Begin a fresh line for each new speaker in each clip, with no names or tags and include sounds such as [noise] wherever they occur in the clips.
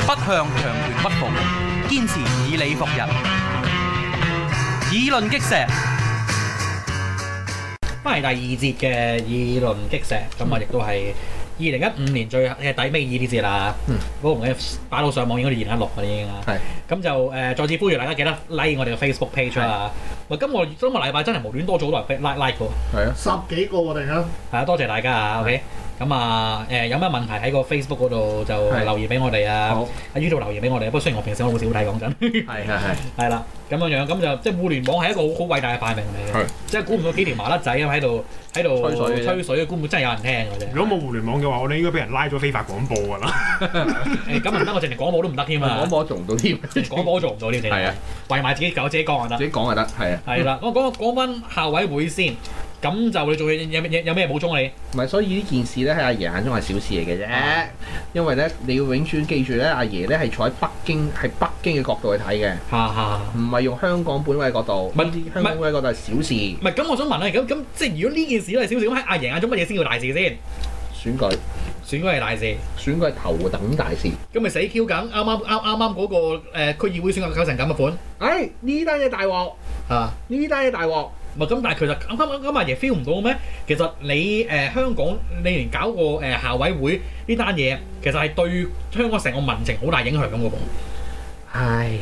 向強權屈服，堅持以理服人，以論擊石。
翻嚟第二節嘅議論擊石，咁啊
嗯
亦都係二零一五年最嘅底尾二呢節啦。
嗯，
嗰個嘅擺到上網應該二零一六嘅已經啊。
係
咁就誒、呃再次呼籲大家記得 like 我哋嘅 Facebook page 啦。喂，今個今個禮拜真係無端多咗好多人 like like 喎。
係啊，
十幾個我哋啊，
係啊，多謝大家啊，OK。咁啊，誒有咩問題喺個 Facebook 嗰度就
係
留言俾我哋啊
好，
喺 YouTube 留言俾我哋。啊不過雖然我平時我好少睇，講真，
係係係，
係啦，咁樣樣咁就即係互聯網係一個好好偉大嘅發明嚟嘅
係，
即係估唔到幾條麻甩仔咁喺度喺度
吹水嘅啫
吹水，估唔到真係有人聽
[laughs]
嘅啫。
如果冇互聯網嘅話，我哋應該俾人拉咗非法廣播㗎啦。
誒咁唔得，我直情廣播都唔得添啊
[laughs] 我，摸做唔到添，自
廣播都做唔到添，
係啊，
為埋自己搞自己講就得。
己講就得，係啊。
係啦，我講講翻校委會先，咁就你做嘢有咩有咩補充啊你？
唔係，所以呢件事咧喺阿爺眼中係小事嚟嘅啫，因為咧你要永遠記住咧，阿爺咧係坐喺北京，係北京嘅角度去睇嘅，
嚇嚇。
唔係用香港本位嘅角度。
係
香港本位嘅角度係小事，
唔係，咁我想問咧，咁咁即係如果呢件事都係小事，咁喺阿爺眼中乜嘢先叫大事先？
選舉
選舉係大事，
選舉係頭等大事。
咁咪死 Q 緊，啱啱啱啱啱嗰個、呃、區議會選舉搞成咁嘅款
唉，呢單嘢大鑊，
啊！
呢單嘢大鑊，
唔係咁，但係其實啱啱啱阿爺 feel 唔到嘅咩？其實你誒、呃香港，你連搞個誒、呃校委會呢單嘢，其實係對香港成個民情好大影響嘅噃。
唉，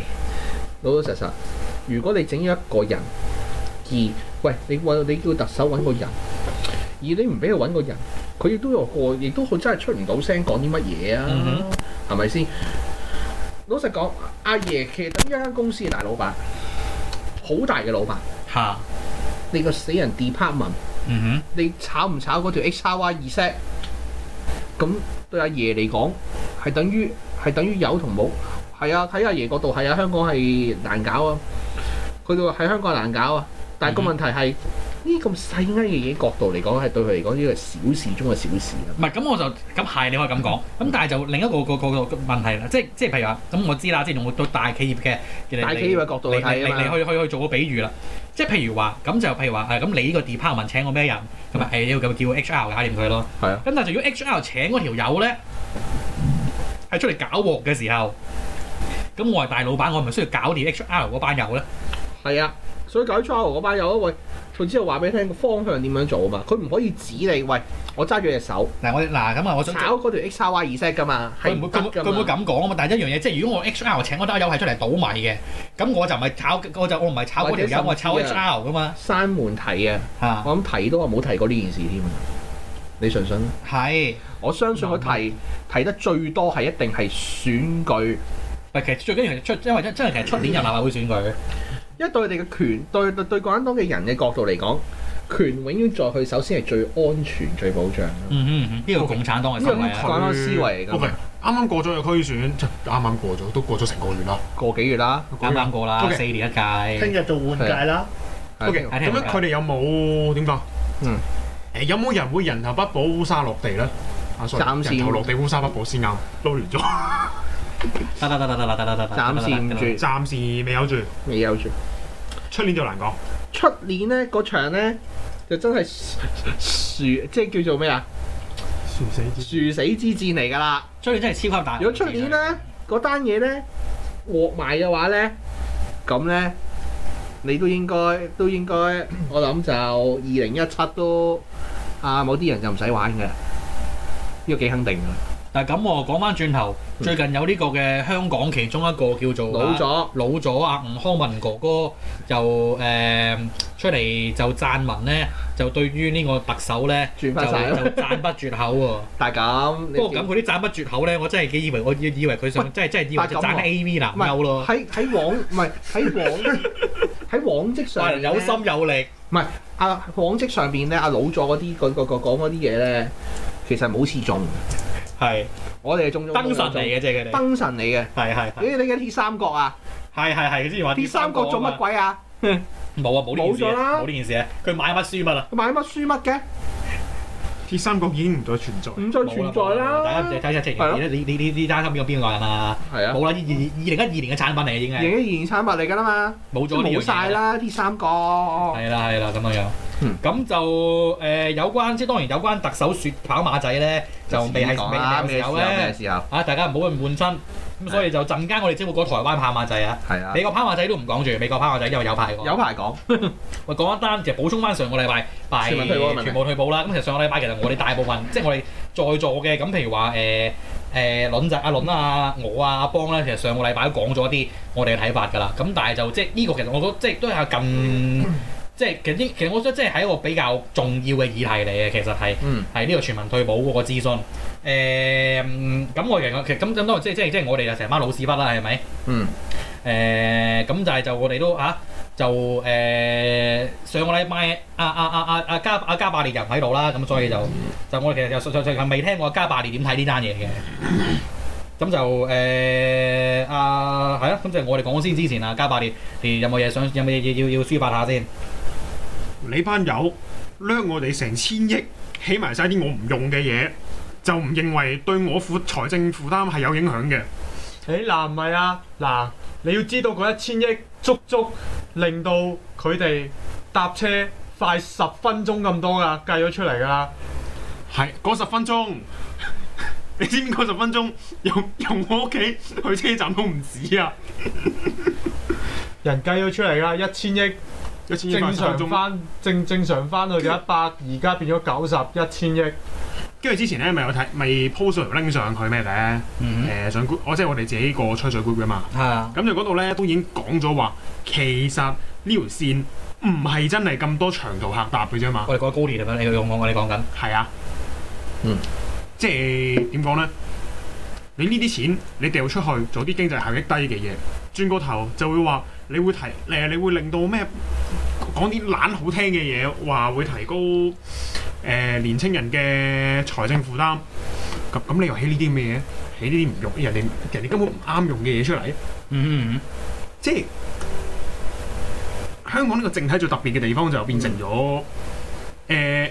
老老實實，如果你整咗一個人，而喂你揾你叫特首揾個人，而你唔俾佢揾個人，佢亦都有個，亦都佢真係出唔到聲講啲乜嘢啊
嗯哼？
係咪先？老實講，阿爺其實等於一間公司嘅大老闆，好大嘅老闆，
嚇、
你個死人 department，
嗯
你炒唔炒嗰條 XRY 二 set？咁對阿爺嚟講，係等於係等於有同冇。係啊，睇阿爺角度係啊，香港係難搞啊。佢哋話喺香港難搞啊，但係個問題係呢咁細埃嘅嘢角度嚟講，係對佢嚟講呢個係小事中嘅小事啊。
哼，唔係咁我就咁係你可以咁講，咁但係就另一個個個個問題啦，即係即係譬如話，咁我知啦，即係用到大企業嘅
大企業嘅角度去
你你
睇
你
啊嘛。
去去去做個比喻啦，即係譬如話，咁就譬如話誒，咁你呢個 department 請我咩人，咁啊係要咁叫 HR 搞掂佢咯。
係啊。
咁但係如果 HR 請嗰條友咧，係出嚟搞鑊嘅時候，咁我係大老闆，我係咪需要搞掂 HR 嗰班友咧？
係啊，所以搞 trial 嗰班友啊，喂，佢之後話俾你聽個方向點樣做啊嘛，佢唔可以指你，喂，我揸住隻手
嗱，我哋嗱咁啊，我想
炒嗰條 XRY 二 set 噶嘛，係
佢唔會
得
佢唔會
㗎
佢唔會
嘛。
咁講啊嘛。但係一樣嘢，即係如果我 HR 請嗰班友係出嚟倒米嘅，咁我就唔係炒，我就我唔係炒嗰
或者
條友，我係炒
甚至
HR 噶嘛
閂門提啊！
嚇，
我諗提都話冇提過呢件事添啊！你信唔信？
係。
我相信佢提提得最多係一定係選舉，
喂，其實最緊要係出，因為真真係其實出年有立法會選舉。
因為對佢哋嘅權對對對共產黨嘅人嘅角度嚟講，權永遠在佢手先係最安全、最保障啦。
嗯哼嗯哼，呢個共產黨嘅
呢
思
個
維啊
共。產黨思維嚟
O K，
㗎，
啱啱過咗個區選，即係啱啱過咗，都過咗成個月啦。
個幾月啦，
啱啱過啦，
OK
四年一屆。
聽日就換屆啦，
O K，
係
係
咁樣佢哋有冇點講？
嗯。
誒有冇人會人頭不保烏沙落地咧？啊，sorry，
暫時
人頭落地烏沙不保先啱，撈亂
[laughs]
咗。
得得得得得得得得得。
暫時唔住，
暫時未有住，
未有住。
出年就難講。
出年咧嗰場咧就真係樹，即係叫做咩啊？
殊死之
樹死之戰嚟㗎啦！
出年真係超級大。
如果出年咧嗰單嘢咧獲埋嘅話咧，咁咧你都應該都應該，我諗就二零一七都啊某啲人就唔使玩嘅，呢、個幾肯定㗎。
但係咁喎，講翻轉頭，最近有呢個嘅香港其中一個叫做
嗯老咗
老咗啊，吳康文哥哥就誒出嚟就撰文咧，就對於呢個特首咧就
轉
就
翻晒啦，
讚不絕口喎。
但係咁 [laughs] 你
不過咁佢啲讚不絕口咧，我真係幾以為我以以為佢想真係真係以為就
但係咁
讚
喎
A.V. 男
唔係
優咯，
喺喺往唔係
[laughs]
喺往喺往績
話
上
人有
呢
心有力。
啊往績上邊咧，阿老咗嗰啲個個個講嗰啲嘢咧，其實冇次中嘅，
係
我哋係中中
燈神嚟，嘅啫，佢哋
燈神嚟嘅。
係係係
咦，你嘅鐵三角啊？
係係係，之前話
鐵三角做乜鬼啊？
冇啊，冇呢件事
冇咗
啊，
啦
冇呢件事啊！佢買乜輸乜啊？
佢買乜輸乜嘅？
鐵三角已經唔再存在。
唔再存在
冇大家
啦。
睇睇睇睇，
係咯
你你你呢單今邊個邊個人啊？
係啊，
冇啦，二二二零一二年嘅產品嚟嘅已經係
二零一二產物嚟㗎啦嘛，
冇
都
咗呢樣嘢
冇晒。啦鐵三角。
係啦係啦，咁樣樣
嗯。
咁就誒有關，即係當然有關特首雪跑馬仔咧，就未係
講啦，
未
咩
未有
時候咩啊
咧。
時候？
啊！大家唔好咁換身，咁所以就陣間我哋只會講台灣跑馬仔啊，
係啊，
美國跑馬仔都唔講住，美國跑馬仔又有排講。
有排講，
喂，講一單，其實補充翻上個禮拜，拜
全民退保係咪
全部退保啦。咁其實上個禮拜其實我哋大部分，即係我哋在座嘅，咁譬如話誒誒倫仔阿倫啊，我啊阿邦咧，其實上個禮拜都講咗一啲我哋嘅睇法㗎啦。咁但係就即係呢個其實我覺得即係都係近，即係其實呢其實我覺得即係係一個比較重要嘅議題嚟嘅，其實係。
嗯，
係呢個全民退保嗰個諮詢。誒、嗯咁我其實其實咁咁當然即係即係即係我哋就成班老屎忽啦，係咪？
嗯。
誒、咁就係就我哋都啊就誒、上個禮拜啊啊啊啊啊加啊加百列就唔喺度啦，咁所以就就我哋其實就就就未聽過加百列點睇呢單嘢嘅。咁就誒、啊係啦，咁就我哋講先之前啊，加百列你有冇嘢想有冇嘢要要要抒發下先？
你班友掠我哋成千億，起埋晒啲我唔用嘅嘢，就唔認為對我負財政負擔係有影響嘅。
誒嗱唔係啊，嗱你要知道嗰一千億足足令到佢哋搭車快十分鐘咁多噶，計咗出嚟噶啦。
係嗰十分鐘， [laughs] 你知唔知嗰十分鐘 [laughs] 由由我屋企去車站都唔止啊！
人計咗出嚟噶，一千億
一千億
正
八十分
常
鐘。
翻正正常翻去就一百，而家變咗九十一千億。
跟住之前咧，咪有睇咪 post 咗條 link 上去咩嘅？誒、
嗯，
上 group，我即哦係我哋自己個吹水 group 噶嘛。
係啊，
咁就嗰度咧都已經講咗話，其實呢條線唔係真係咁多長途客搭嘅啫嘛。
我哋講高鐵係咪？你講我哋講緊。
係啊，
嗯，
即係點講咧？你呢啲錢你掉出去做啲經濟效益低嘅嘢，轉個頭就會話你會提誒、你會令到咩講啲懶好聽嘅嘢，話會提高誒、年青人嘅財政負擔。咁咁你又起呢啲咩嘢？起呢啲唔用人哋人哋根本唔啱用嘅嘢出嚟，
嗯嗯
即係香港呢個政體最特別嘅地方就變成咗誒，呃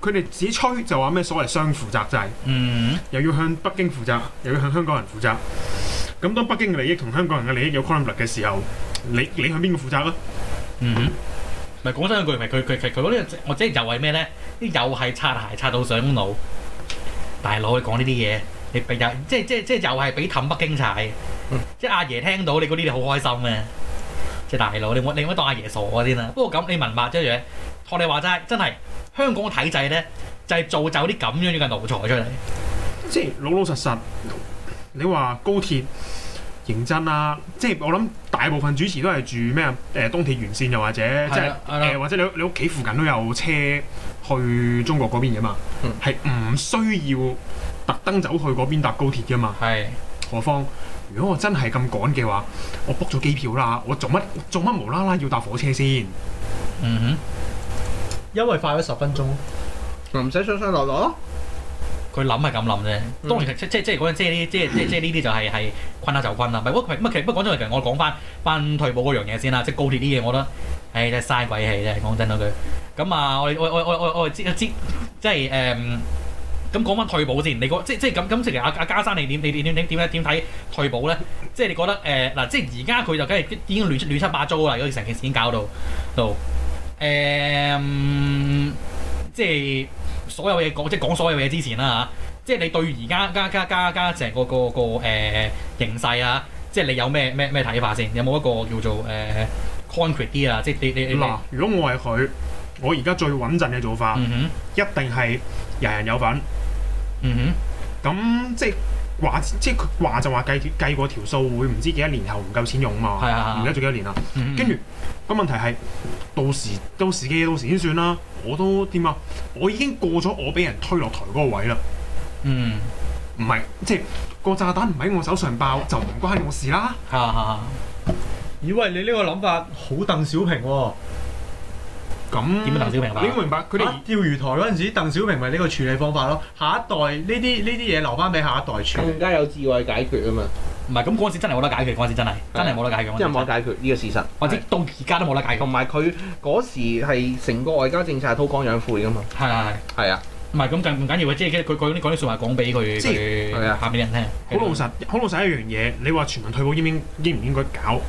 佢哋只吹就話咩所謂雙負責制，
嗯。
又要向北京負責，又要向香港人負責。咁當北京嘅利益同香港人嘅利益有 conflict 嘅時候，你你向邊個負責咧？啊
嗯哼，唔係講真一句，唔係佢佢佢佢嗰啲，我即係又係咩咧？啲又係擦鞋擦到上腦，大佬你講呢啲嘢，你俾又即係即係即係又係俾氹北京踩，即係阿爺聽到你嗰啲你好開心嘅，即係大佬你唔好你唔好當阿爺傻啊我先啦。不過咁你明白即係樣，學你話齋真係香港嘅體制咧，就係、造就啲咁樣嘅奴才出嚟。
即係老老實實，你話高鐵認真啊，即係我諗大部分主持都係住咩啊誒東鐵沿線，又或者即係誒、或者你你屋企附近都有車去中國嗰邊嘅嘛
嗯，
係唔、需要特登走去嗰邊搭高鐵嘅嘛。
係
何況如果我真係咁趕嘅話，我 book 咗機票啦，我做乜做乜無啦啦要搭火車先？
嗯
因為快咗十分鐘，
唔使上上落落咯，
哼，佢諗係咁諗啫。
嗯
當然即即即係嗰陣即係呢即係即係即係呢啲就係係困下就困啦。唔係不過其實其實不過講真，其實我講翻翻退保嗰樣嘢先啦，即係高鐵啲嘢，我覺得唉真係嘥鬼氣啫。講真嗰句，咁啊，我哋我我我我我知知即係誒。嗯咁講翻退保先，你覺即即係咁咁，其實阿阿家生你點你你點點點點睇退保咧？即係你覺得誒嗱、即係而家佢就梗係已經亂七亂七八糟啦，嗰成件事已經搞到到誒、嗯即係所有嘢講即係講所有嘢之前啦嚇。啊即係你對而家加加加加成個個個誒、呃形勢啊，即係你有咩咩咩睇法先？有冇一個叫做誒、呃 concrete 啲啊？即係你你你你
嗱，如果我係佢，我而家最穩陣嘅做法，
嗯哼
一定係人人有份。
嗯
咁即係話，即係佢話就話計計過條數會唔知幾多年後唔夠錢用嘛。
係啊係係
而家仲幾多年啊啦？
哼嗯哼，
跟住個問題係到時到時嘅嘢到時先算啦。我都點啊？我已經過咗我俾人推落台嗰個位啦。
嗯
唔係即係個炸彈唔喺我手上爆，就唔關我事啦。
嚇嚇嚇
以為你呢個諗法好鄧小平喎、
咁
點樣鄧小啊平法
你明白佢
佢哋
哋
啊釣魚台嗰陣時，鄧小平咪呢個處理方法咯。下一代呢啲呢啲嘢留翻俾下一代處理。
更加有智慧解決啊嘛，
唔係咁嗰陣時真係冇得解決，嗰陣時真係真係冇得解決。
因為冇得解決呢個事實，
我知到而家都冇得解決。
同埋佢嗰時係成個外交政策係韜光養晦噶嘛，
係係係，
係啊，
唔係咁緊唔緊要嘅，即係佢佢講啲説話講俾佢
即係
佢
係啊
下邊啲人聽。
好老實，好老實一樣嘢。你話全民退保應唔應應唔應該搞？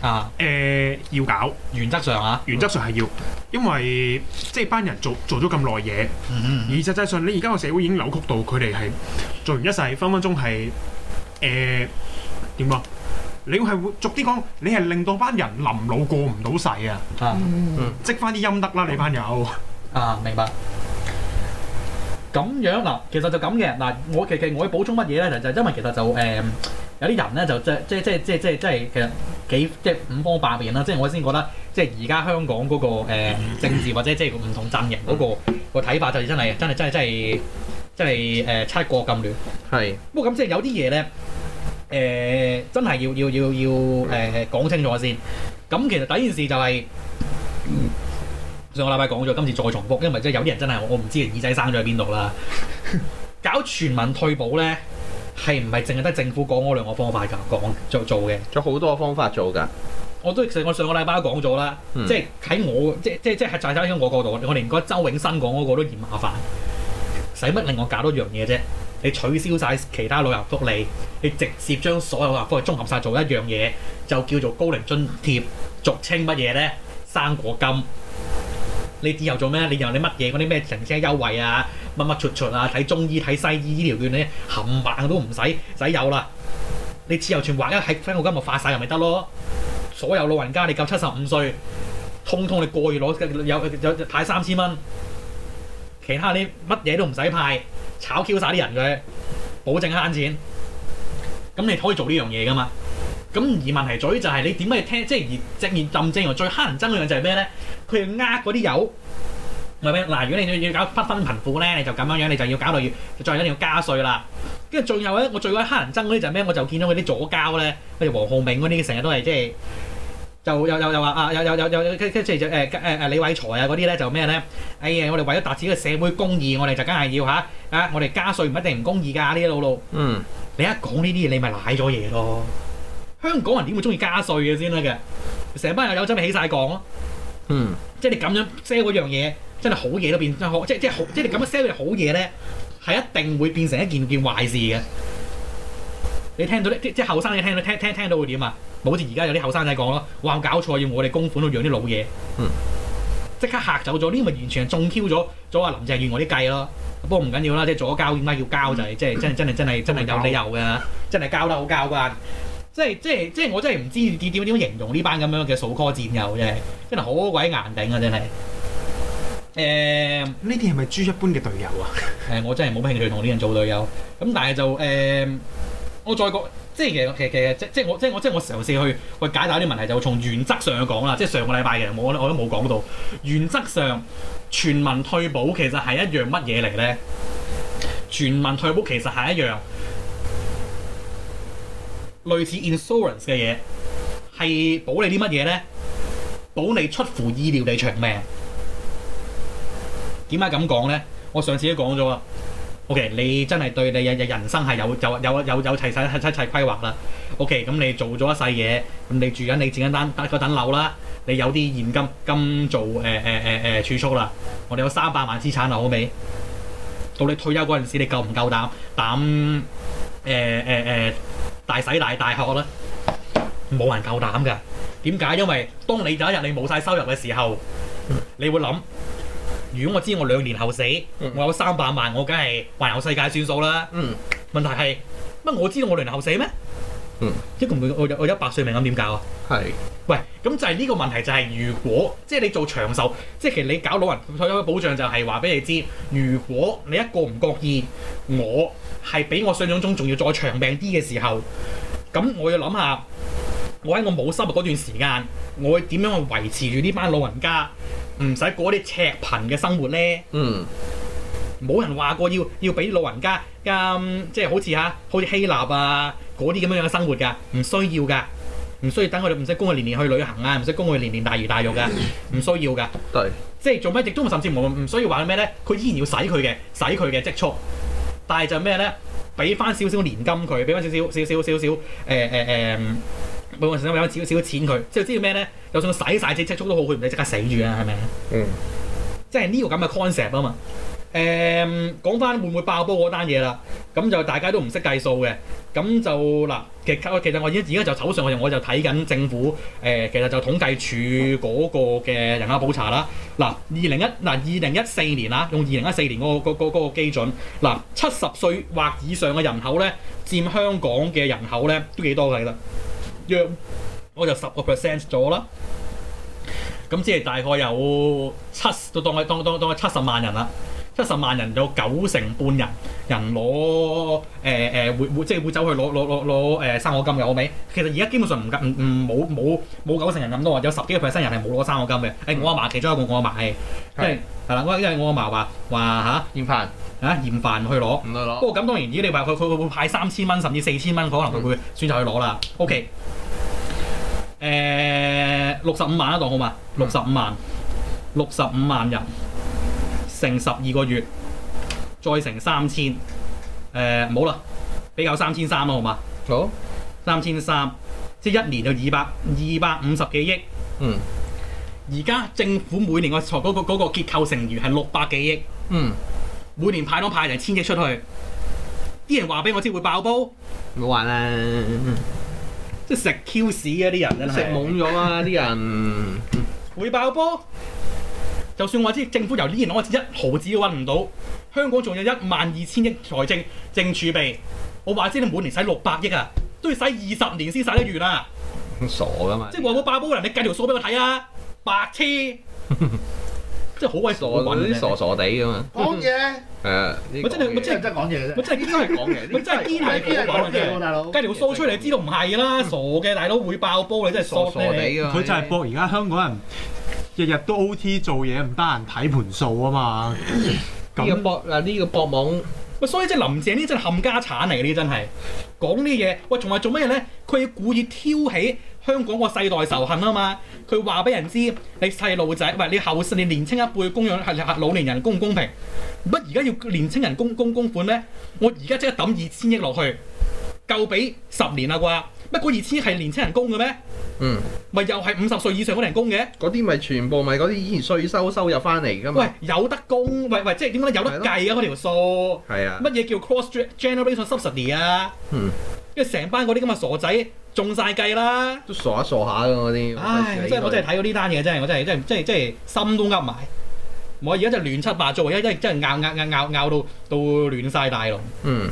啊，
誒要搞，
原則上啊，
原則上係要，因為即係班人做做咗咁耐嘢，
嗯
而實際上你而家個社會已經扭曲到佢哋係做完一世，分分鐘係誒點講？你係會逐啲講，你係令到班人臨老過唔到世啊！
啊
積翻啲陰德啦，你班友。
啊，明白。咁樣嗱，其實就咁嘅嗱，我其實我要補充乜嘢咧？就就因為其實就誒、有啲人咧就即即即即即即係其實幾即係五方八面啦，即係我先覺得即係而家香港嗰、個、誒政治或者即係唔同陣營嗰、個個睇法就真係真係真係真係真係誒七國咁亂。
係
不過咁即係有啲嘢咧，誒、真係要要要要誒、講清楚先。咁其實第一件事就係、上個禮拜講咗，今次再重複，因為即係有啲人真係我唔知耳仔生咗喺邊度啦。搞全民退保咧，係唔係淨係得政府講嗰兩個方法㗎講做做嘅？
仲有好多方法做㗎。
我都其實我上個禮拜都講咗啦，
嗯
即係喺我即即即係就係喺我角度，我連嗰周永新講嗰個都嫌麻煩，使乜令我搞多樣嘢啫？你取消晒其他老人福利，你直接將所有老人福利綜合晒做一樣嘢，就叫做高齡津貼，俗稱乜嘢咧？生果金。你以後做咩？你以後你乜嘢嗰啲咩乘車優惠啊，乜乜出出啊，睇中醫睇西醫醫療券咧，冚唪唥都唔使使有啦。你之後全劃一喺分我金咪發晒又咪得咯。所有老人家你夠七十五歲，通通你過月攞有有有派三千蚊，其他啲乜嘢都唔使派，炒 Q 晒啲人佢，保證慳錢。咁你可以做呢樣嘢噶嘛？咁而問題在於就係你點解要聽？即係而正而林正陽最乞人憎嗰樣就係咩咧？佢要呃嗰啲友。咪咩嗱？如果你要要搞不分貧富咧，你就咁樣樣，你就要搞到要再一定要加稅啦。跟住最後咧，我最鬼乞人憎嗰啲就係咩？我就見到嗰啲左膠咧，好似黃浩銘嗰啲，成日都係即係就又又又話啊，有有有有跟跟住就誒誒誒李偉才啊嗰啲咧就咩咧？哎呀，我哋為咗達至呢個社會公義，我哋就梗係要嚇啊！我哋加稅唔一定唔公義㗎，呢啲老路。
嗯，
你一講呢啲嘢，你咪賴咗嘢咯。香港人點會中意加稅嘅先得嘅？成班友友真咪起晒槓咯。
嗯，
即係你咁樣 sell 嗰樣嘢，真係好嘢都變真好，即係即係好，即係你咁樣 sell 嘅好嘢咧，係一定會變成一件件壞事嘅。你聽到咧，即即係後生仔聽到聽聽聽到會點啊？咪好似而家有啲後生仔講咯，哇！我搞錯，要我哋公款去養啲老嘢，
嗯，
即刻嚇走咗，呢咪完全係中 Q 咗咗阿林鄭月娥啲計咯。不過唔緊要啦，即係左交點解要交就係、即係真係真係真嗯係真係有理由嘅，真係交得好交關。即係即係即係我真係唔知點點點形容呢班咁樣嘅數科戰友真係。真係好鬼硬頂啊！真係。誒、
呢啲係咪豬一般嘅隊友啊？
誒我真係冇乜興趣同啲人做隊友。咁但係就誒、我再講，即係其實其實其實即即係我即係我即係我嘗試去去解答啲問題，就從原則上去講啦。即係上個禮拜嘅我我都冇講到原則上全民退保其實係一樣乜嘢嚟咧？全民退保其實係一樣類似 insurance 嘅嘢，係保你啲乜嘢咧？保你出乎意料地長命。點解咁講咧？我上次都講咗啊。O.K. 你真係對你嘅人生係有有有有有齊晒一切規劃啦。O.K. 咁你做咗一世嘢，咁你住緊你自己單單嗰等樓啦，你有啲現金金做呃誒誒誒誒儲蓄啦。我哋有三百萬資產啦，好未？到你退休嗰陣時，你夠唔夠膽膽誒誒誒大洗大大學咧？冇人夠膽㗎。點解？因為當你有一日你冇晒收入嘅時候，你會諗。如果我知我兩年後死，
嗯
我有三百萬，我梗係環遊世界算數啦。
嗯，
問題係乜？我知道我兩年後死咩？
嗯，
一個唔會我有我有一百歲命咁點搞啊？
係
喂，咁就係呢個問題就係、如果即係你做長壽，即係其實你搞老人退休保障就係話俾你知，如果你一個唔覺意，我係比我想象中仲要再長命啲嘅時候，咁我要諗下，我喺我冇收入嗰段時間，我會點樣去維持住呢班老人家唔使過啲赤貧嘅生活呢？
嗯
冇人話過要要俾老人家咁，即係好似嚇，好似希臘啊嗰啲咁樣樣嘅生活㗎，唔需要㗎，唔需要等佢哋唔使供佢年年去旅行啊，唔使供佢年年大魚大肉㗎，唔需要㗎。
對，
即係做咩？亦都甚至冇唔需要話咩咧？佢依然要使佢嘅，使佢嘅積蓄，但係就咩咧？俾翻少少年金佢，俾翻少少少少少少誒誒誒，冇話少少少少錢佢，即係知道咩咧？就算佢使晒啲積蓄都好，佢唔使即刻死住啊，係咪？
嗯，
即係呢個咁嘅 concept 啊嘛。誒、講翻會唔會爆煲嗰單嘢啦？咁就大家都唔識計數嘅。咁咁就嗱，其實其實我而家而家就手上我就我就睇緊政府誒、呃其實就統計處嗰個嘅人口普查啦。嗱，二零一嗱二零一四年啊，用二零一四年嗰、個嗰、個嗰個基準，嗱七十歲或以上嘅人口咧，佔香港嘅人口咧都幾多㗎啦，約我就十個 percent 咗啦。咁即係大概有七，都當佢當當當佢七十萬人啦。七十萬人有九成半人人攞呃誒誒會會即係會走去攞攞攞攞呃誒生果金嘅，好未？其實而家基本上唔夠唔唔冇冇冇九成人咁多啊，有十幾個 percent 人係冇攞生果金嘅。誒、
嗯
我阿嫲其中一個，我阿嫲係即係係啦，我因為我阿嫲話話
厭煩
嚇嚇啊嫌煩唔去攞。
唔得
不
攞。
過咁當然，咦？你話佢佢會派三千蚊甚至四千蚊，可能佢會
嗯
選擇去攞啦。OK，誒六十五萬一檔好嘛？六十五萬，六十五萬人乘十二個月，再乘三千，誒唔好啦，比較三千三啦好嘛？
好，
三千三，即係一年就二百二百五十幾億。
嗯
而家政府每年個財嗰個嗰個結構剩餘係六百幾億。
嗯，
每年派都派成千億出去，啲人話俾我知會爆煲，
唔好玩啦，
即係食 Q 屎啊！啲人真係
食懵咗啊啲人。
會爆煲。就算我知政府由呢年開始一毫子都揾唔到，香港仲有一萬二千億財政正儲備，我話知你每年使六百億啊，都要使二十年先使得完啊！
傻噶嘛，
即係話我爆煲人，你計條數俾我睇啊，白痴！即係好鬼傻
傻
嘅
嗰啲
真係
傻傻地噶嘛，
講嘢，
誒，呢
我真係
個
我
即係真係講嘢嘅
我
啫。
真係
真係講嘅，
我真係堅係
邊係
好
講
玩
嘢
嘅真
喎，
係。
大佬？
計條數出嚟，你知道唔係啦，傻嘅大佬會爆煲，你真係傻
傻傻
你
地。噶嘛，
佢就係搏而家香港人日日都 O T 做嘢，唔得閒睇盤數啊嘛。
呢個
咁
博嗱呢個博網
喂，所以即係林鄭呢啲真係冚家產嚟嘅，呢啲真係講呢啲嘢。喂，仲埋做咩咧？佢要故意挑起香港個世代仇恨啊嘛！佢話俾人知，你細路仔，喂，你後生，你年青一輩供養係係老年人公唔公平？乜而家要年青人供供公款咩？我而家即刻抌二千億落去，夠俾十年啦啩？乜嗰二千億係年青人供嘅咩？
嗯
咪又係五十歲以上嗰啲人供嘅？
嗰啲咪全部咪嗰啲以前税收收入翻嚟噶
喂
嘛，，
有得供，喂喂，即係點解有得計啊？嗰條數
係啊，
乜嘢叫 cross gen- generation subsidy 啊？
嗯，
跟住成班嗰啲咁嘅傻仔中晒計啦！
都傻下傻下噶嗰啲，
唉，真係我真係睇到呢單嘢，真係我真係真係真係真係心都噏埋。我而家真係亂七八糟，而家真係真係拗拗拗拗拗到到亂晒大龍。
嗯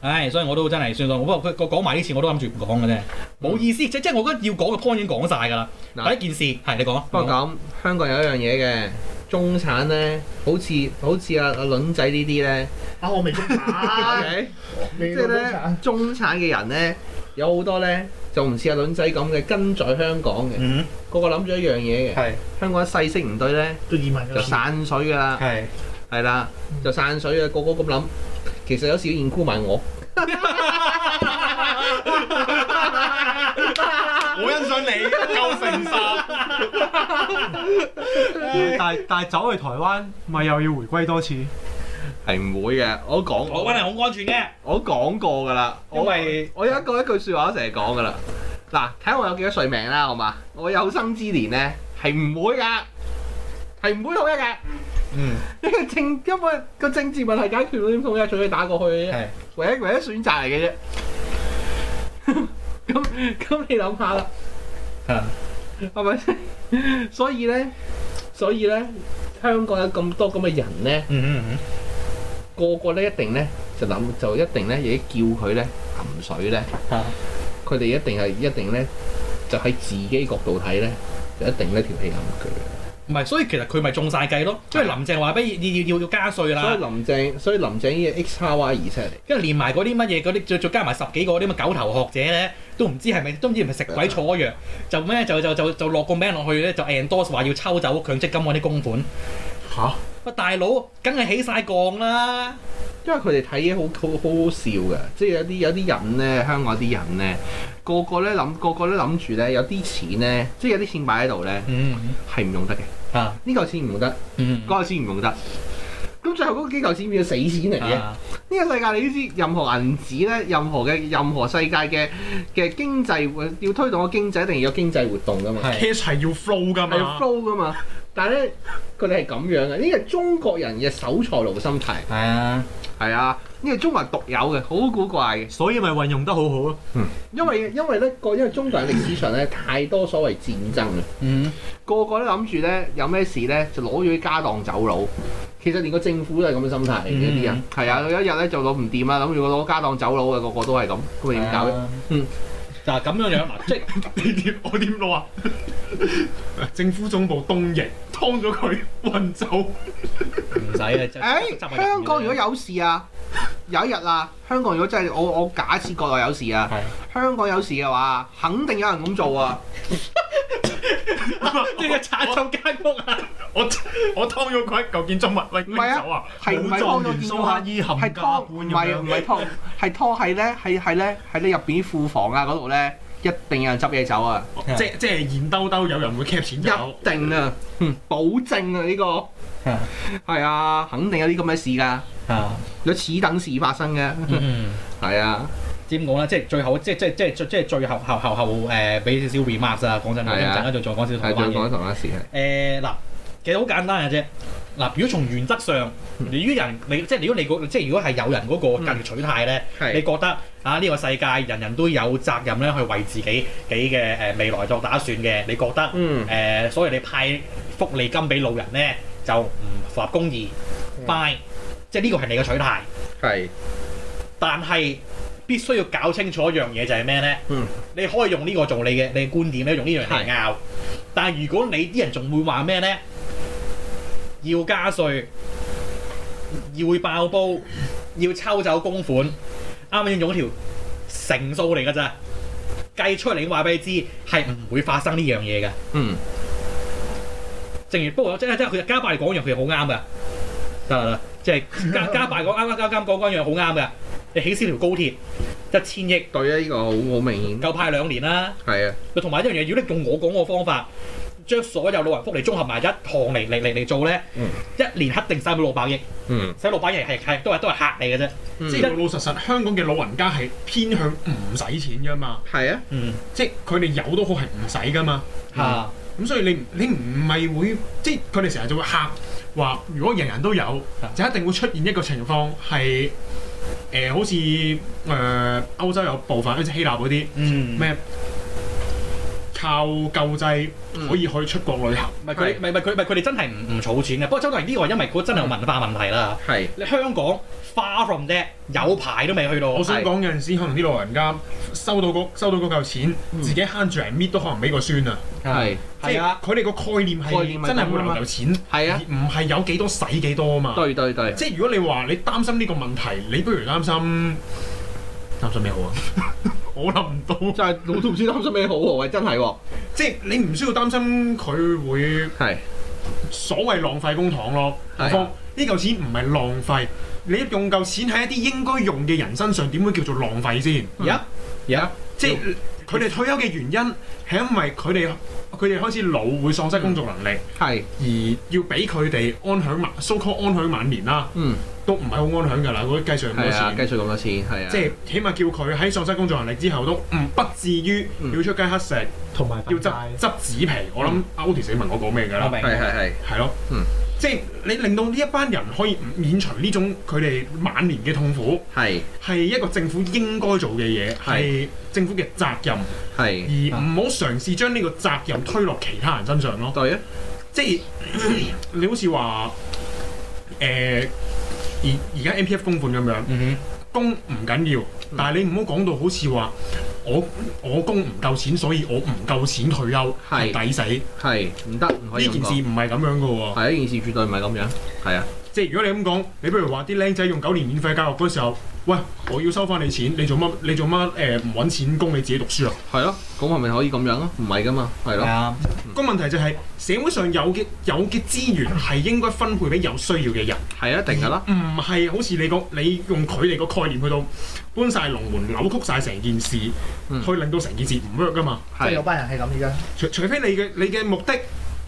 唉，所以我都真係算數。不過佢佢講埋呢次我都諗住唔講嘅啫，冇意思。即即係我覺得要講嘅 point 已經講晒㗎啦。
嗱
第一件事係你講，啊
不過咁，香港有一樣嘢嘅，中產咧，好似好似阿阿倫仔呢啲咧
啊，我未中產，
，OK，
未
即
到
係
中
咧
產。
中產嘅人咧，有好多咧就唔似阿倫仔咁嘅跟在香港嘅，
嗯，
個個諗咗一樣嘢嘅，
係
香港細息唔對咧
都移民㗎
就
啦。
散水噶啦，
係
係啦，就散水啊，個個咁諗，其實有時要 i 辜埋我，
我欣賞你夠誠實。
但係但係走去台灣，咪又要回歸多次？
係唔會嘅，我講
我揾係好安全嘅，
我講過噶啦，
因
我
為
我有一個一句説話成日講噶啦。嗱，睇下我有幾多歲命啦，好嘛？我有生之年咧係唔會噶，係唔會統一噶。 [laughs]
嗯，
因為政因為個政治問題解決唔到點統一，最緊打過去嘅啫
係，
唯一唯一選擇嚟嘅啫。 [laughs] 咁咁你諗下啦，
係
係咪先？ [laughs] 所以咧，所以咧，香港有咁多咁嘅人咧。
嗯嗯
個個咧一定咧就諗就一定咧，亦叫佢咧含水咧
啊，
佢哋一定係一定咧就喺自己角度睇咧，就一定呢條氣冚
唔係，所以其實佢咪中晒計咯。即係林鄭話俾要要要要加稅
佢。所以
啦，
林鄭，所以林鄭呢個 X R Y 儀式嚟，
跟住連埋嗰啲乜嘢嗰啲，再再加埋十幾個嗰啲咁嘅狗頭學者咧，都唔知係咪都唔知係咪食鬼錯藥，就咩就就就就落個名落去咧，就 endorse 話要抽走強積金嗰啲公款。
嚇！
喂，大佬，梗係起晒槓啦！
因為佢哋睇嘢好好好好笑嘅，即係有啲有啲人咧，香港啲人咧，個個咧諗個個都諗住咧有啲錢咧，即係有啲錢擺喺度咧
嗯
係唔用得嘅，
啊
呢嚿錢唔用得，
嗯
嗰嚿錢唔用得，咁最後嗰幾嚿錢變咗死錢嚟嘅。
啊
呢個世界你都知，任何銀紙咧，任何嘅任何世界嘅嘅經濟活要推動個經濟，一定要有經濟活動噶嘛，
係
cash 係啊要 flow 噶
係要
嘛，
flow 噶嘛。但係咧，佢哋係咁樣嘅，呢個係中國人嘅守財奴心態。
係啊，
係啊，呢個中國人獨有嘅，好古怪嘅。
所以咪運用得好好咯。
因為因為咧個因為中國人歷史上咧太多所謂戰爭啦，
嗯，
個個都諗住咧有咩事咧就攞咗啲家當走佬。其實連個政府都係咁嘅心態嚟嘅
嗯
啲人，係啊，有一日咧就攞唔掂啦，諗住攞家當走佬嘅個個都係咁，咁咪點搞咧？
啊
嗯，
嗱咁樣樣嗱，即係
你點我點攞啊？ [laughs] 政府總部東翼，劏咗佢運走，
唔使嘅。即係執
誒、
埋入面
哎香港如果有事啊，有一日啊，香港如果真係我我假設國內有事啊
係，
香港有事嘅話，肯定有人咁做啊！
呢個拆咗間屋啊！
我我劏咗佢一嚿建築物，喂
唔
拎
係啊
走啊！
係唔係
武
劏
狀
咗
元
建
蘇
築啊
乞衣冚
係
家
劏，
搬
唔
咁
係唔
樣。
係劏，係劏喺咧，係係咧喺你入邊庫房啊嗰度咧，一定有人執嘢走啊！
即即係現兜兜有人會 cap 錢走。
一定啊，嗯保證啊呢、個係啊，肯定有啲咁嘅事㗎，
啊，
有此等事發生嘅，
嗯。
係啊，
點講咧？即係最後，即係即係即係即係最後後後後誒，俾少少 remarks 啊！講真，我
係啊
陣間就再講少少
係
台
再
灣嘢。
講同一事係。
誒呃嗱，其實好簡單嘅啫。嗱，如果從原則上，
嗯
如果人你即係如果你個即係如果係有人嗰個價值取態咧，你
係
覺得啊呢個世界人人都有責任咧去為自己己嘅誒未來作打算嘅，你覺得
嗯
誒，所以你派福利金俾老人咧就唔符合公義，by
嗯
即係呢個係你嘅取態。
係
但係必須要搞清楚一樣嘢就係咩呢？
嗯
你可以用呢個做你嘅你嘅觀點咧，用呢樣嚟拗。但係如果你啲人仲會話咩呢？要加税，要爆煲，要抽走公款，啱啱用咗條成數嚟㗎咋，計出嚟話俾你知係唔會發生呢樣嘢嘅。
嗯
正如不過真係真係佢加百嚟講一樣，佢好啱嘅，得啦得啦，即係
[laughs]
加加百講啱啱啱啱講嗰樣好啱嘅。你起先條高鐵一千億
對啊，呢個好好明顯
夠派兩年啦，
係啊，
同埋一樣嘢，如果你用我講個方法，將所有老人福利綜合埋一堂嚟嚟嚟嚟做咧，
嗯
一年一定使唔到六百億，
嗯
使六百億係係都係都係嚇你嘅啫。
嗯
即係老老實實，香港嘅老人家係偏向唔使錢㗎嘛，
係啊，
嗯
即係佢哋有都好係唔使㗎嘛。
嗯
嚇，
咁所以你唔你唔係會即係佢哋成日就會嚇話，如果人人都有
啊，
就一定會出現一個情況係誒、呃好似誒、呃、歐洲有部分好似希臘嗰啲
嗯，
咩靠救濟可以去出國旅行，
唔係佢哋唔係唔係佢唔係佢哋真係唔唔儲錢嘅。不過周大人呢個係因為嗰真係有文化問題啦。
係
你香港 far from that 有排都未去
嗯
到。
我想講有陣時可能啲老人家收到嗰收到嗰嚿錢，自己慳住嚟搣都可能俾個孫啊，
嗯係
即係
係啊，
佢哋個概念
概念
係
係
真係會
咁啊嘛
留有錢，
係
而
啊，
唔係有幾多使幾多啊嘛。
對對對，
即係如果你話你擔心呢個問題，你不如擔心擔心咩好啊？ [laughs] 我諗唔到，
真係我都唔知擔心咩好喎，喂真係喎，
即係你唔需要擔心佢會
係
所謂浪費公帑咯。
係
何況呢嚿錢唔係浪費，你用嚿錢喺一啲應該用嘅人身上，點會叫做浪費先？嗯
呀
Dạ.
呀，
即係佢哋退休嘅原因係因為佢哋佢哋開始老會喪失工作能力，
係
而要俾佢哋安享晚 so called 安享晚年啦，
嗯
都唔係好安享㗎啦。嗰啲計上咁多
係啊，
錢
繼。續咁多次係啊，
即係起碼叫佢喺喪失工作能力之後都唔不至於
嗯
要出街乞食，
同埋
要
瞓
執
街
執紙皮。我諗阿 Otis 死問我講咩㗎
我
啦，
明。
係係係
係咯
嗯，
即係你令到呢一班人可以唔免除呢種佢哋晚年嘅痛苦，
係
係一個政府應該做嘅嘢，係政府嘅責任，
係。
而唔好嘗試將呢個責任推落其他人身上咯。
對啊，
即係 [clears throat] 你好似話誒而而家 M P F 供款咁樣。
嗯
供唔緊要，
嗯
但係你唔好講到好似話我我供唔夠錢，所以我唔夠錢退休
係
係抵死。呢
係唔得，唔可以
件
咁
事
講。
唔係咁樣嘅喎，
係一件事，絕對唔係咁樣。係啊，
即係如果你咁講，你不如話啲僆仔用九年免費教育嗰時候，喂，我要收翻你錢，你做乜你做乜誒唔揾錢供你自己讀書啊？
係咯，咁係咪可以咁樣咯？唔係噶嘛，係
哼，係
咯，
啊，
個問題就係、社會上有嘅有嘅資源係應該分配俾有需要嘅人，
係一定噶啦，
唔係好似你講你用佢哋個概念去到搬晒龍門扭曲晒成件事，
嗯
去令到成件事唔 work 噶嘛。
即係有
係
班人係咁而家。
除除非你嘅你嘅目的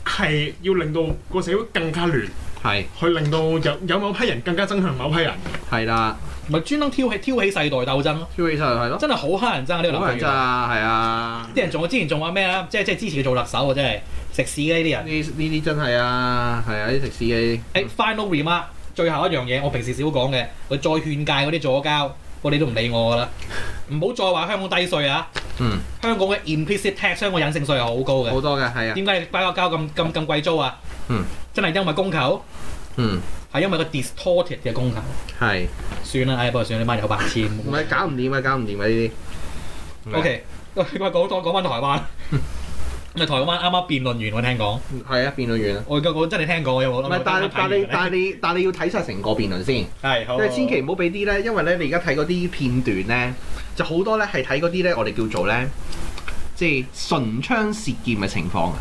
係要令到個社會更加亂，
係
去令到有有某批人更加憎恨某批人。
係啦，
咪專登挑起挑起世代鬥爭咯，
挑起晒係咯，
真係好黑人憎啊呢個諗
好人
法
真
原來。
啊，係啊，
啲人仲之前仲話咩啦？即係即係支持佢做特首啊！真係食屎嘅呢啲
呢
人。
呢啲真係啊，係啊，啲食肆嘅
Dạ. 哎誒，final remark，最後一樣嘢，我平時少講嘅，佢再勸戒嗰啲左膠，我哋都唔理我噶啦。唔好再話香港低税啊！
嗯，
香港嘅 implicit tax，香港隱性税係好高嘅
好。多嘅係啊，
點解你包交咁咁咁貴租啊？
嗯，
真係因為供求，
嗯
係因為個 distorted 嘅供求。
係，
算啦，唉，不過算你媽有白痴。
唔係搞唔掂啊，搞唔掂啊呢啲。
O K，喂，講講講翻台灣。咪台灣啱啱辯論完，我聽講，
係啊，辯論員啊。
我我真係聽講，有冇
唔
諗過
係，但係
單單
但
睇哎
係
完
但係你但係你要睇晒成個辯論先，
係好
即係千祈唔好俾啲咧，因為咧你而家睇嗰啲片段咧，就好多咧係睇嗰啲咧，我哋叫做咧，即係唇槍舌劍嘅情況啊，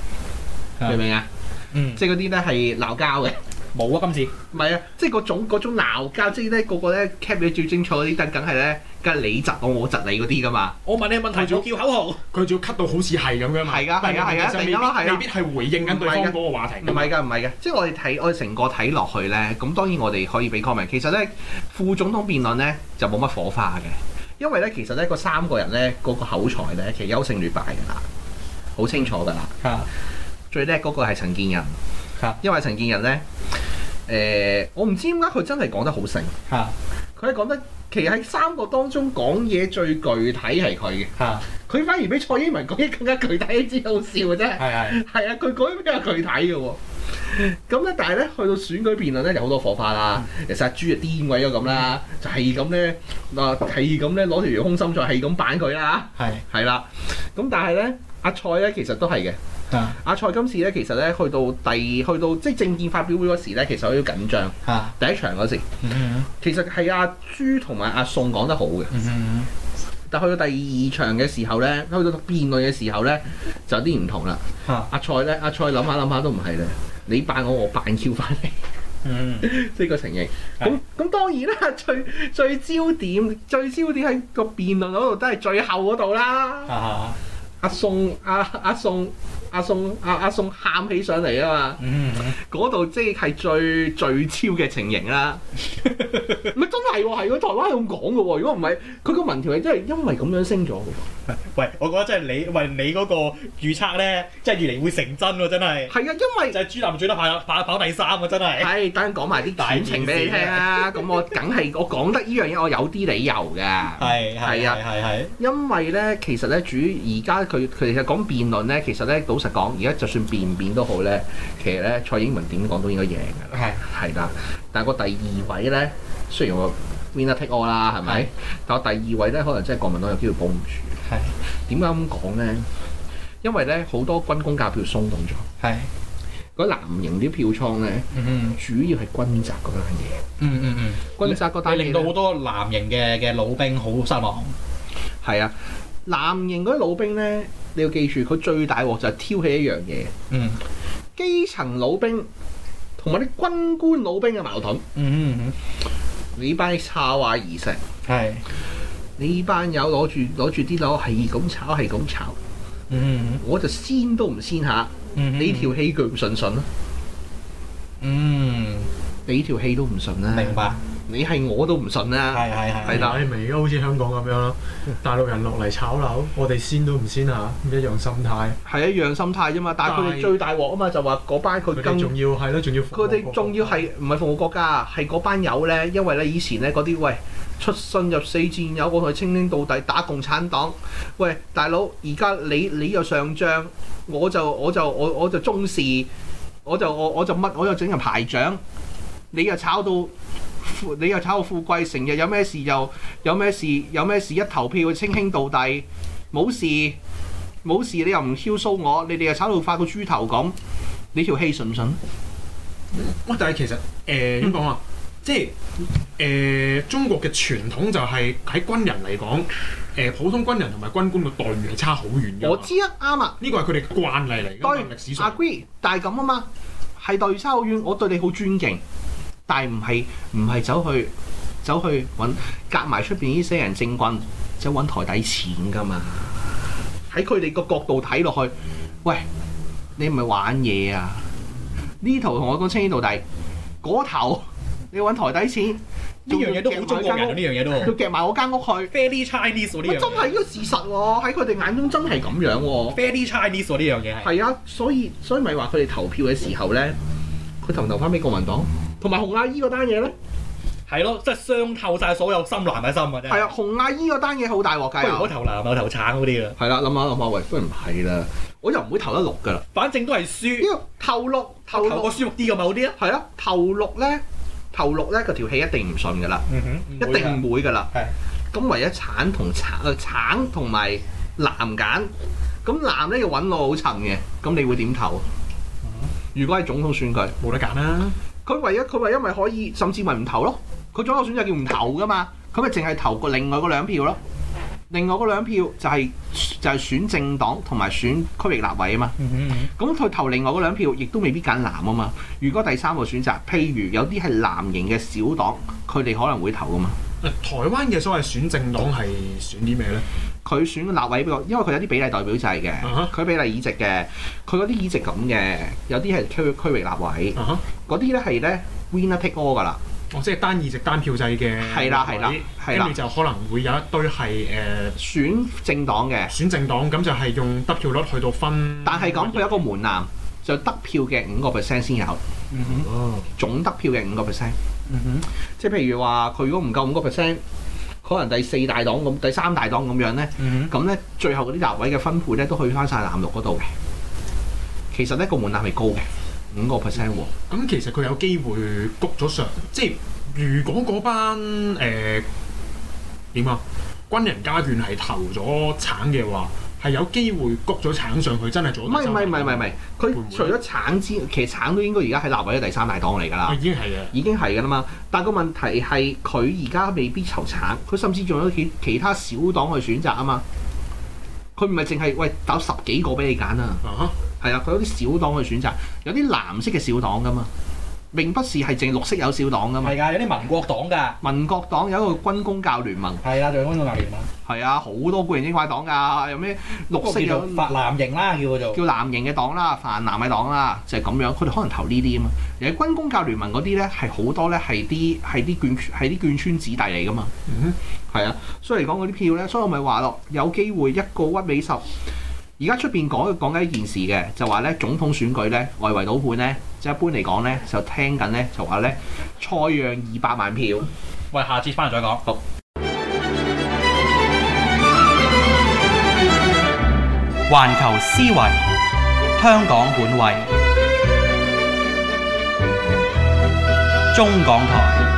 係
明唔明啊？
嗯
即係嗰啲咧係鬧交嘅，
冇啊，今次
唔係啊，即係嗰種嗰種鬧交，即係咧個個咧 cap 你最精彩嗰啲，但梗係咧，梗係你窒我，我窒你嗰啲噶嘛，
我問你問題，我叫口號。
佢仲要 cut 到好似係咁樣嘛？
係㗎係㗎係
其實
㗎突然
未
間咯係
必
啊
未必係回應緊對方嗰個話題
唔
㗎嘛。
係㗎唔係㗎，即係我哋睇我哋成個睇落去咧，咁當然我哋可以俾 comment。其實咧副總統辯論咧就冇乜火花嘅，因為咧其實咧嗰三個人咧嗰、個口才咧其實優勝劣敗㗎啦，好清楚㗎啦。
嚇
最叻嗰個係陳建仁
嚇，
因為陳建仁咧，誒、我唔知點解佢真係講得好醒，
嚇
佢係講得其實喺三個當中講嘢最具體係佢嘅，
嚇，
佢反而比蔡英文講嘢更加具體，只好笑嘅啫。
係係
[laughs] 係啊，佢講啲比較具體嘅喎。咁咧，但係咧，去到選舉辯論咧，有好多火花啦。其實阿豬啊癲鬼咗咁啦，就係咁咧，嗱係咁咧，攞條魚空心菜係咁板佢啦，
係
係啦。咁但係咧，阿蔡咧其實都係嘅。
嚇
阿蔡今次咧，其實咧去到第去到即係政見發表會嗰時咧，其實有啲緊張。
嚇，
第一場嗰時，
嗯
其實係阿豬同埋阿宋講得好嘅，
嗯
但去到第二場嘅時候咧，去到辯論嘅時候咧，就有啲唔同啦。
嚇
阿蔡咧，阿蔡諗下諗下都唔係咧，你扮我，我扮 Q 翻
[laughs]
你，
嗯
即係個情形。
係
咁咁當然啦，最最焦點最焦點喺個辯論嗰度都係最後嗰度啦。
嚇
阿宋阿阿宋阿宋阿阿宋喊起上嚟啊嘛，
嗯
嗰度即係最最超嘅情形啦。
[laughs]
咪真係喎，係喎，台灣係咁講嘅喎。如果唔係，佢個民調係真係因為咁樣升咗嘅喎。
喂，我覺得真係你喂你嗰個預測咧，真係越嚟會成真喎，真係。
係啊，因為
就係朱林最得跑跑跑第三啊！真係
係，等陣講埋啲
大
感情俾你聽
[laughs]
啦。咁我梗係我講得呢樣嘢，我有啲理由嘅。
係係
係啊
係係
因為咧，其實咧，主而家佢佢哋講辯論咧，其實咧，老實講，而家就算辯唔辯都好咧，其實咧，蔡英文點講都應該贏㗎啦。
係
係啦，但係個第二位咧，雖然我 winner take all 啦，係
係
咪？但我第二位咧，可能真係國民黨有機會保唔住。
係
點解咁講咧？因為咧，好多軍工價票鬆動咗，
係
嗰藍營啲票倉咧，
嗯
主要係軍宅嗰單嘢。
嗯嗯嗯，
軍殺嗰
但
單
係令
嘢
到
呢
好多男型嘅嘅老兵好失望。
係啊，南營嗰啲老兵咧，你要記住，佢最大鑊就係挑起一樣嘢，
嗯
基層老兵同埋啲軍官老兵嘅矛盾。
嗯嗯
你班炒啊儀式，
係
你班友攞住攞住啲樓係咁炒係咁炒，
嗯
我就先都唔先下，
嗯
你條氣佢唔順順啦，
嗯
你條氣都唔順啦，
明白
你係我都唔順啦，
係係係
係啦
唉咪而家好似香港咁樣咯，大陸人落嚟炒樓，我哋先都唔先下，一樣心態。
係一樣心態啫嘛。但係佢哋
但係
最大鑊啊嘛，就話嗰班佢
佢哋
更
仲要係咯，仲要
佢哋仲要係唔係服務國家啊？係嗰班友咧，因為咧以前咧嗰啲喂出生入死戰友，我同佢清清到底打共產黨。喂，大佬，而家你你又上將，我就我就我我就中士，我就我我就乜我又整人排長，你又炒到富你又炒到富貴，成日有咩事就有咩事有咩事一投票清清到底，冇事冇事你又唔挑騷我，你哋又炒到發個豬頭咁，你條氣順唔順？
喂，但係其實誒點講啊？即係誒、中國嘅傳統就係喺軍人嚟講，誒、呃普通軍人同埋軍官嘅待遇係差好遠嘅。
我知啊，啱啊，
呢個係佢哋嘅慣例嚟
當
嘅
然
嘛，歷史上。
agree，但係咁啊嘛，係對差好遠，我對你好尊敬，但係唔係唔係走去走去揾夾埋出邊呢些人政棍，走揾台底錢噶嘛？喺佢哋個角度睇落去，喂，你唔係玩嘢啊？呢頭同我講清呢度底，嗰頭你揾台底錢，
呢樣嘢都好中國人啊，呢樣嘢都
要夾埋我間屋去，
fairly Chinese 喎
喂
呢樣
真係呢個事實喎，喺佢哋眼中真係咁樣喎。
fairly Chinese 喎呢樣嘢係
係啊，所以所以咪話佢哋投票嘅時候咧，佢佢投唔投翻俾國民黨？同埋紅阿姨嗰單嘢咧，
係咯，即係傷透晒所有深藍嘅心啊！真
係啊，，紅阿姨嗰單嘢好大鑊
不
㗎
如我
又。
投藍，我投橙嗰啲啦，
係啦，諗下諗下，喂，不如唔係啦，我又唔會投得綠㗎啦。
反正都係輸，
因為投綠投
投個
綠
舒服啲嘅某啲啊。
係啊，投綠咧投綠咧個條氣一定唔順㗎啦。嗯
嗯
一
啊
定唔會㗎啦
係。
咁唯一橙同橙呃橙同埋藍揀，咁藍咧要揾路好襯嘅，咁你會點投？如果係總統選舉，
冇得揀啦。
佢唯一佢唯一咪可以，甚至咪唔投咯。佢總有選擇叫唔投㗎嘛，佢咪淨係投個另外嗰兩票咯。另外嗰兩票就係、就係、選政黨同埋選區域立委啊嘛。咁佢投另外嗰兩票，亦都未必揀藍啊嘛。如果第三個選擇，譬如有啲係藍營嘅小黨，佢哋可能會投㗎嘛。
啊
台灣嘅所謂選政黨係選啲咩咧？
佢選嘅立委俾我，因為佢有啲比例代表制嘅
啊哈，
佢、比例議席嘅，佢嗰啲議席咁嘅，有啲係區區域立委
啊哈，
嗰啲咧係咧 winner take all 噶啦，
哦，即係單議席單票制嘅。
係啦係啦
跟
係啦
住，就可能會有一堆係
呃
誒
選政黨嘅，
選政黨，咁就係用得票率去到分。
但係咁佢有一個門檻，就得票嘅五個 percent 先有，
哦，
總得票嘅五個 percent，即係譬如話佢如果唔夠五個 percent，可能第四大黨咁、第三大黨咁樣咧，咁咧最後嗰啲立委嘅分配咧都去翻晒藍綠嗰度嘅，其實呢個門檻係高嘅，五個 percent 喎。
咁其實佢有機會谷咗上，即係如果嗰班誒點啊軍人家眷係投咗橙嘅話，係有機會谷咗橙上去，真係做啊
唔
到
係
州
唔係唔係唔係唔係，佢
會唔會
除咗橙之，其實橙都應該而家係立委嘅第三大黨嚟㗎
啊
啦，
已經係嘅。
已經係㗎啦嘛。但個問題係佢而家未必籌橙，佢甚至仲有其其他小黨去選擇啊嘛。佢唔係淨係喂搞十幾個俾你揀啊，
啊哈
係啊，佢有啲小黨去選擇，有啲藍色嘅小黨㗎嘛，並不是係淨綠色有小黨㗎嘛。
係㗎，有啲民國黨㗎。
民國黨有一個軍工教聯盟，
係啦，仲有公眾立聯盟，
係啊，好多固然英怪黨㗎，有咩綠
不
色
過叫
有
做法藍營啦，叫做
叫藍營嘅黨啦、泛藍嘅黨啦，就係、咁樣。佢哋可能投呢啲啊嘛。而軍工教聯盟嗰啲咧，係好多咧係啲係啲眷係啲眷村子弟嚟噶嘛。
嗯
係啊，所以嚟講嗰啲票咧，所以我咪話咯，有機會一個屈美十。而家出邊講講緊一件事嘅，就話咧總統選舉咧，外圍賭盤咧，即係一般嚟講咧，就聽緊咧就話咧，蔡讓二百萬票。
喂，下次翻嚟再講。好。
環球思維，香港本位，中港台。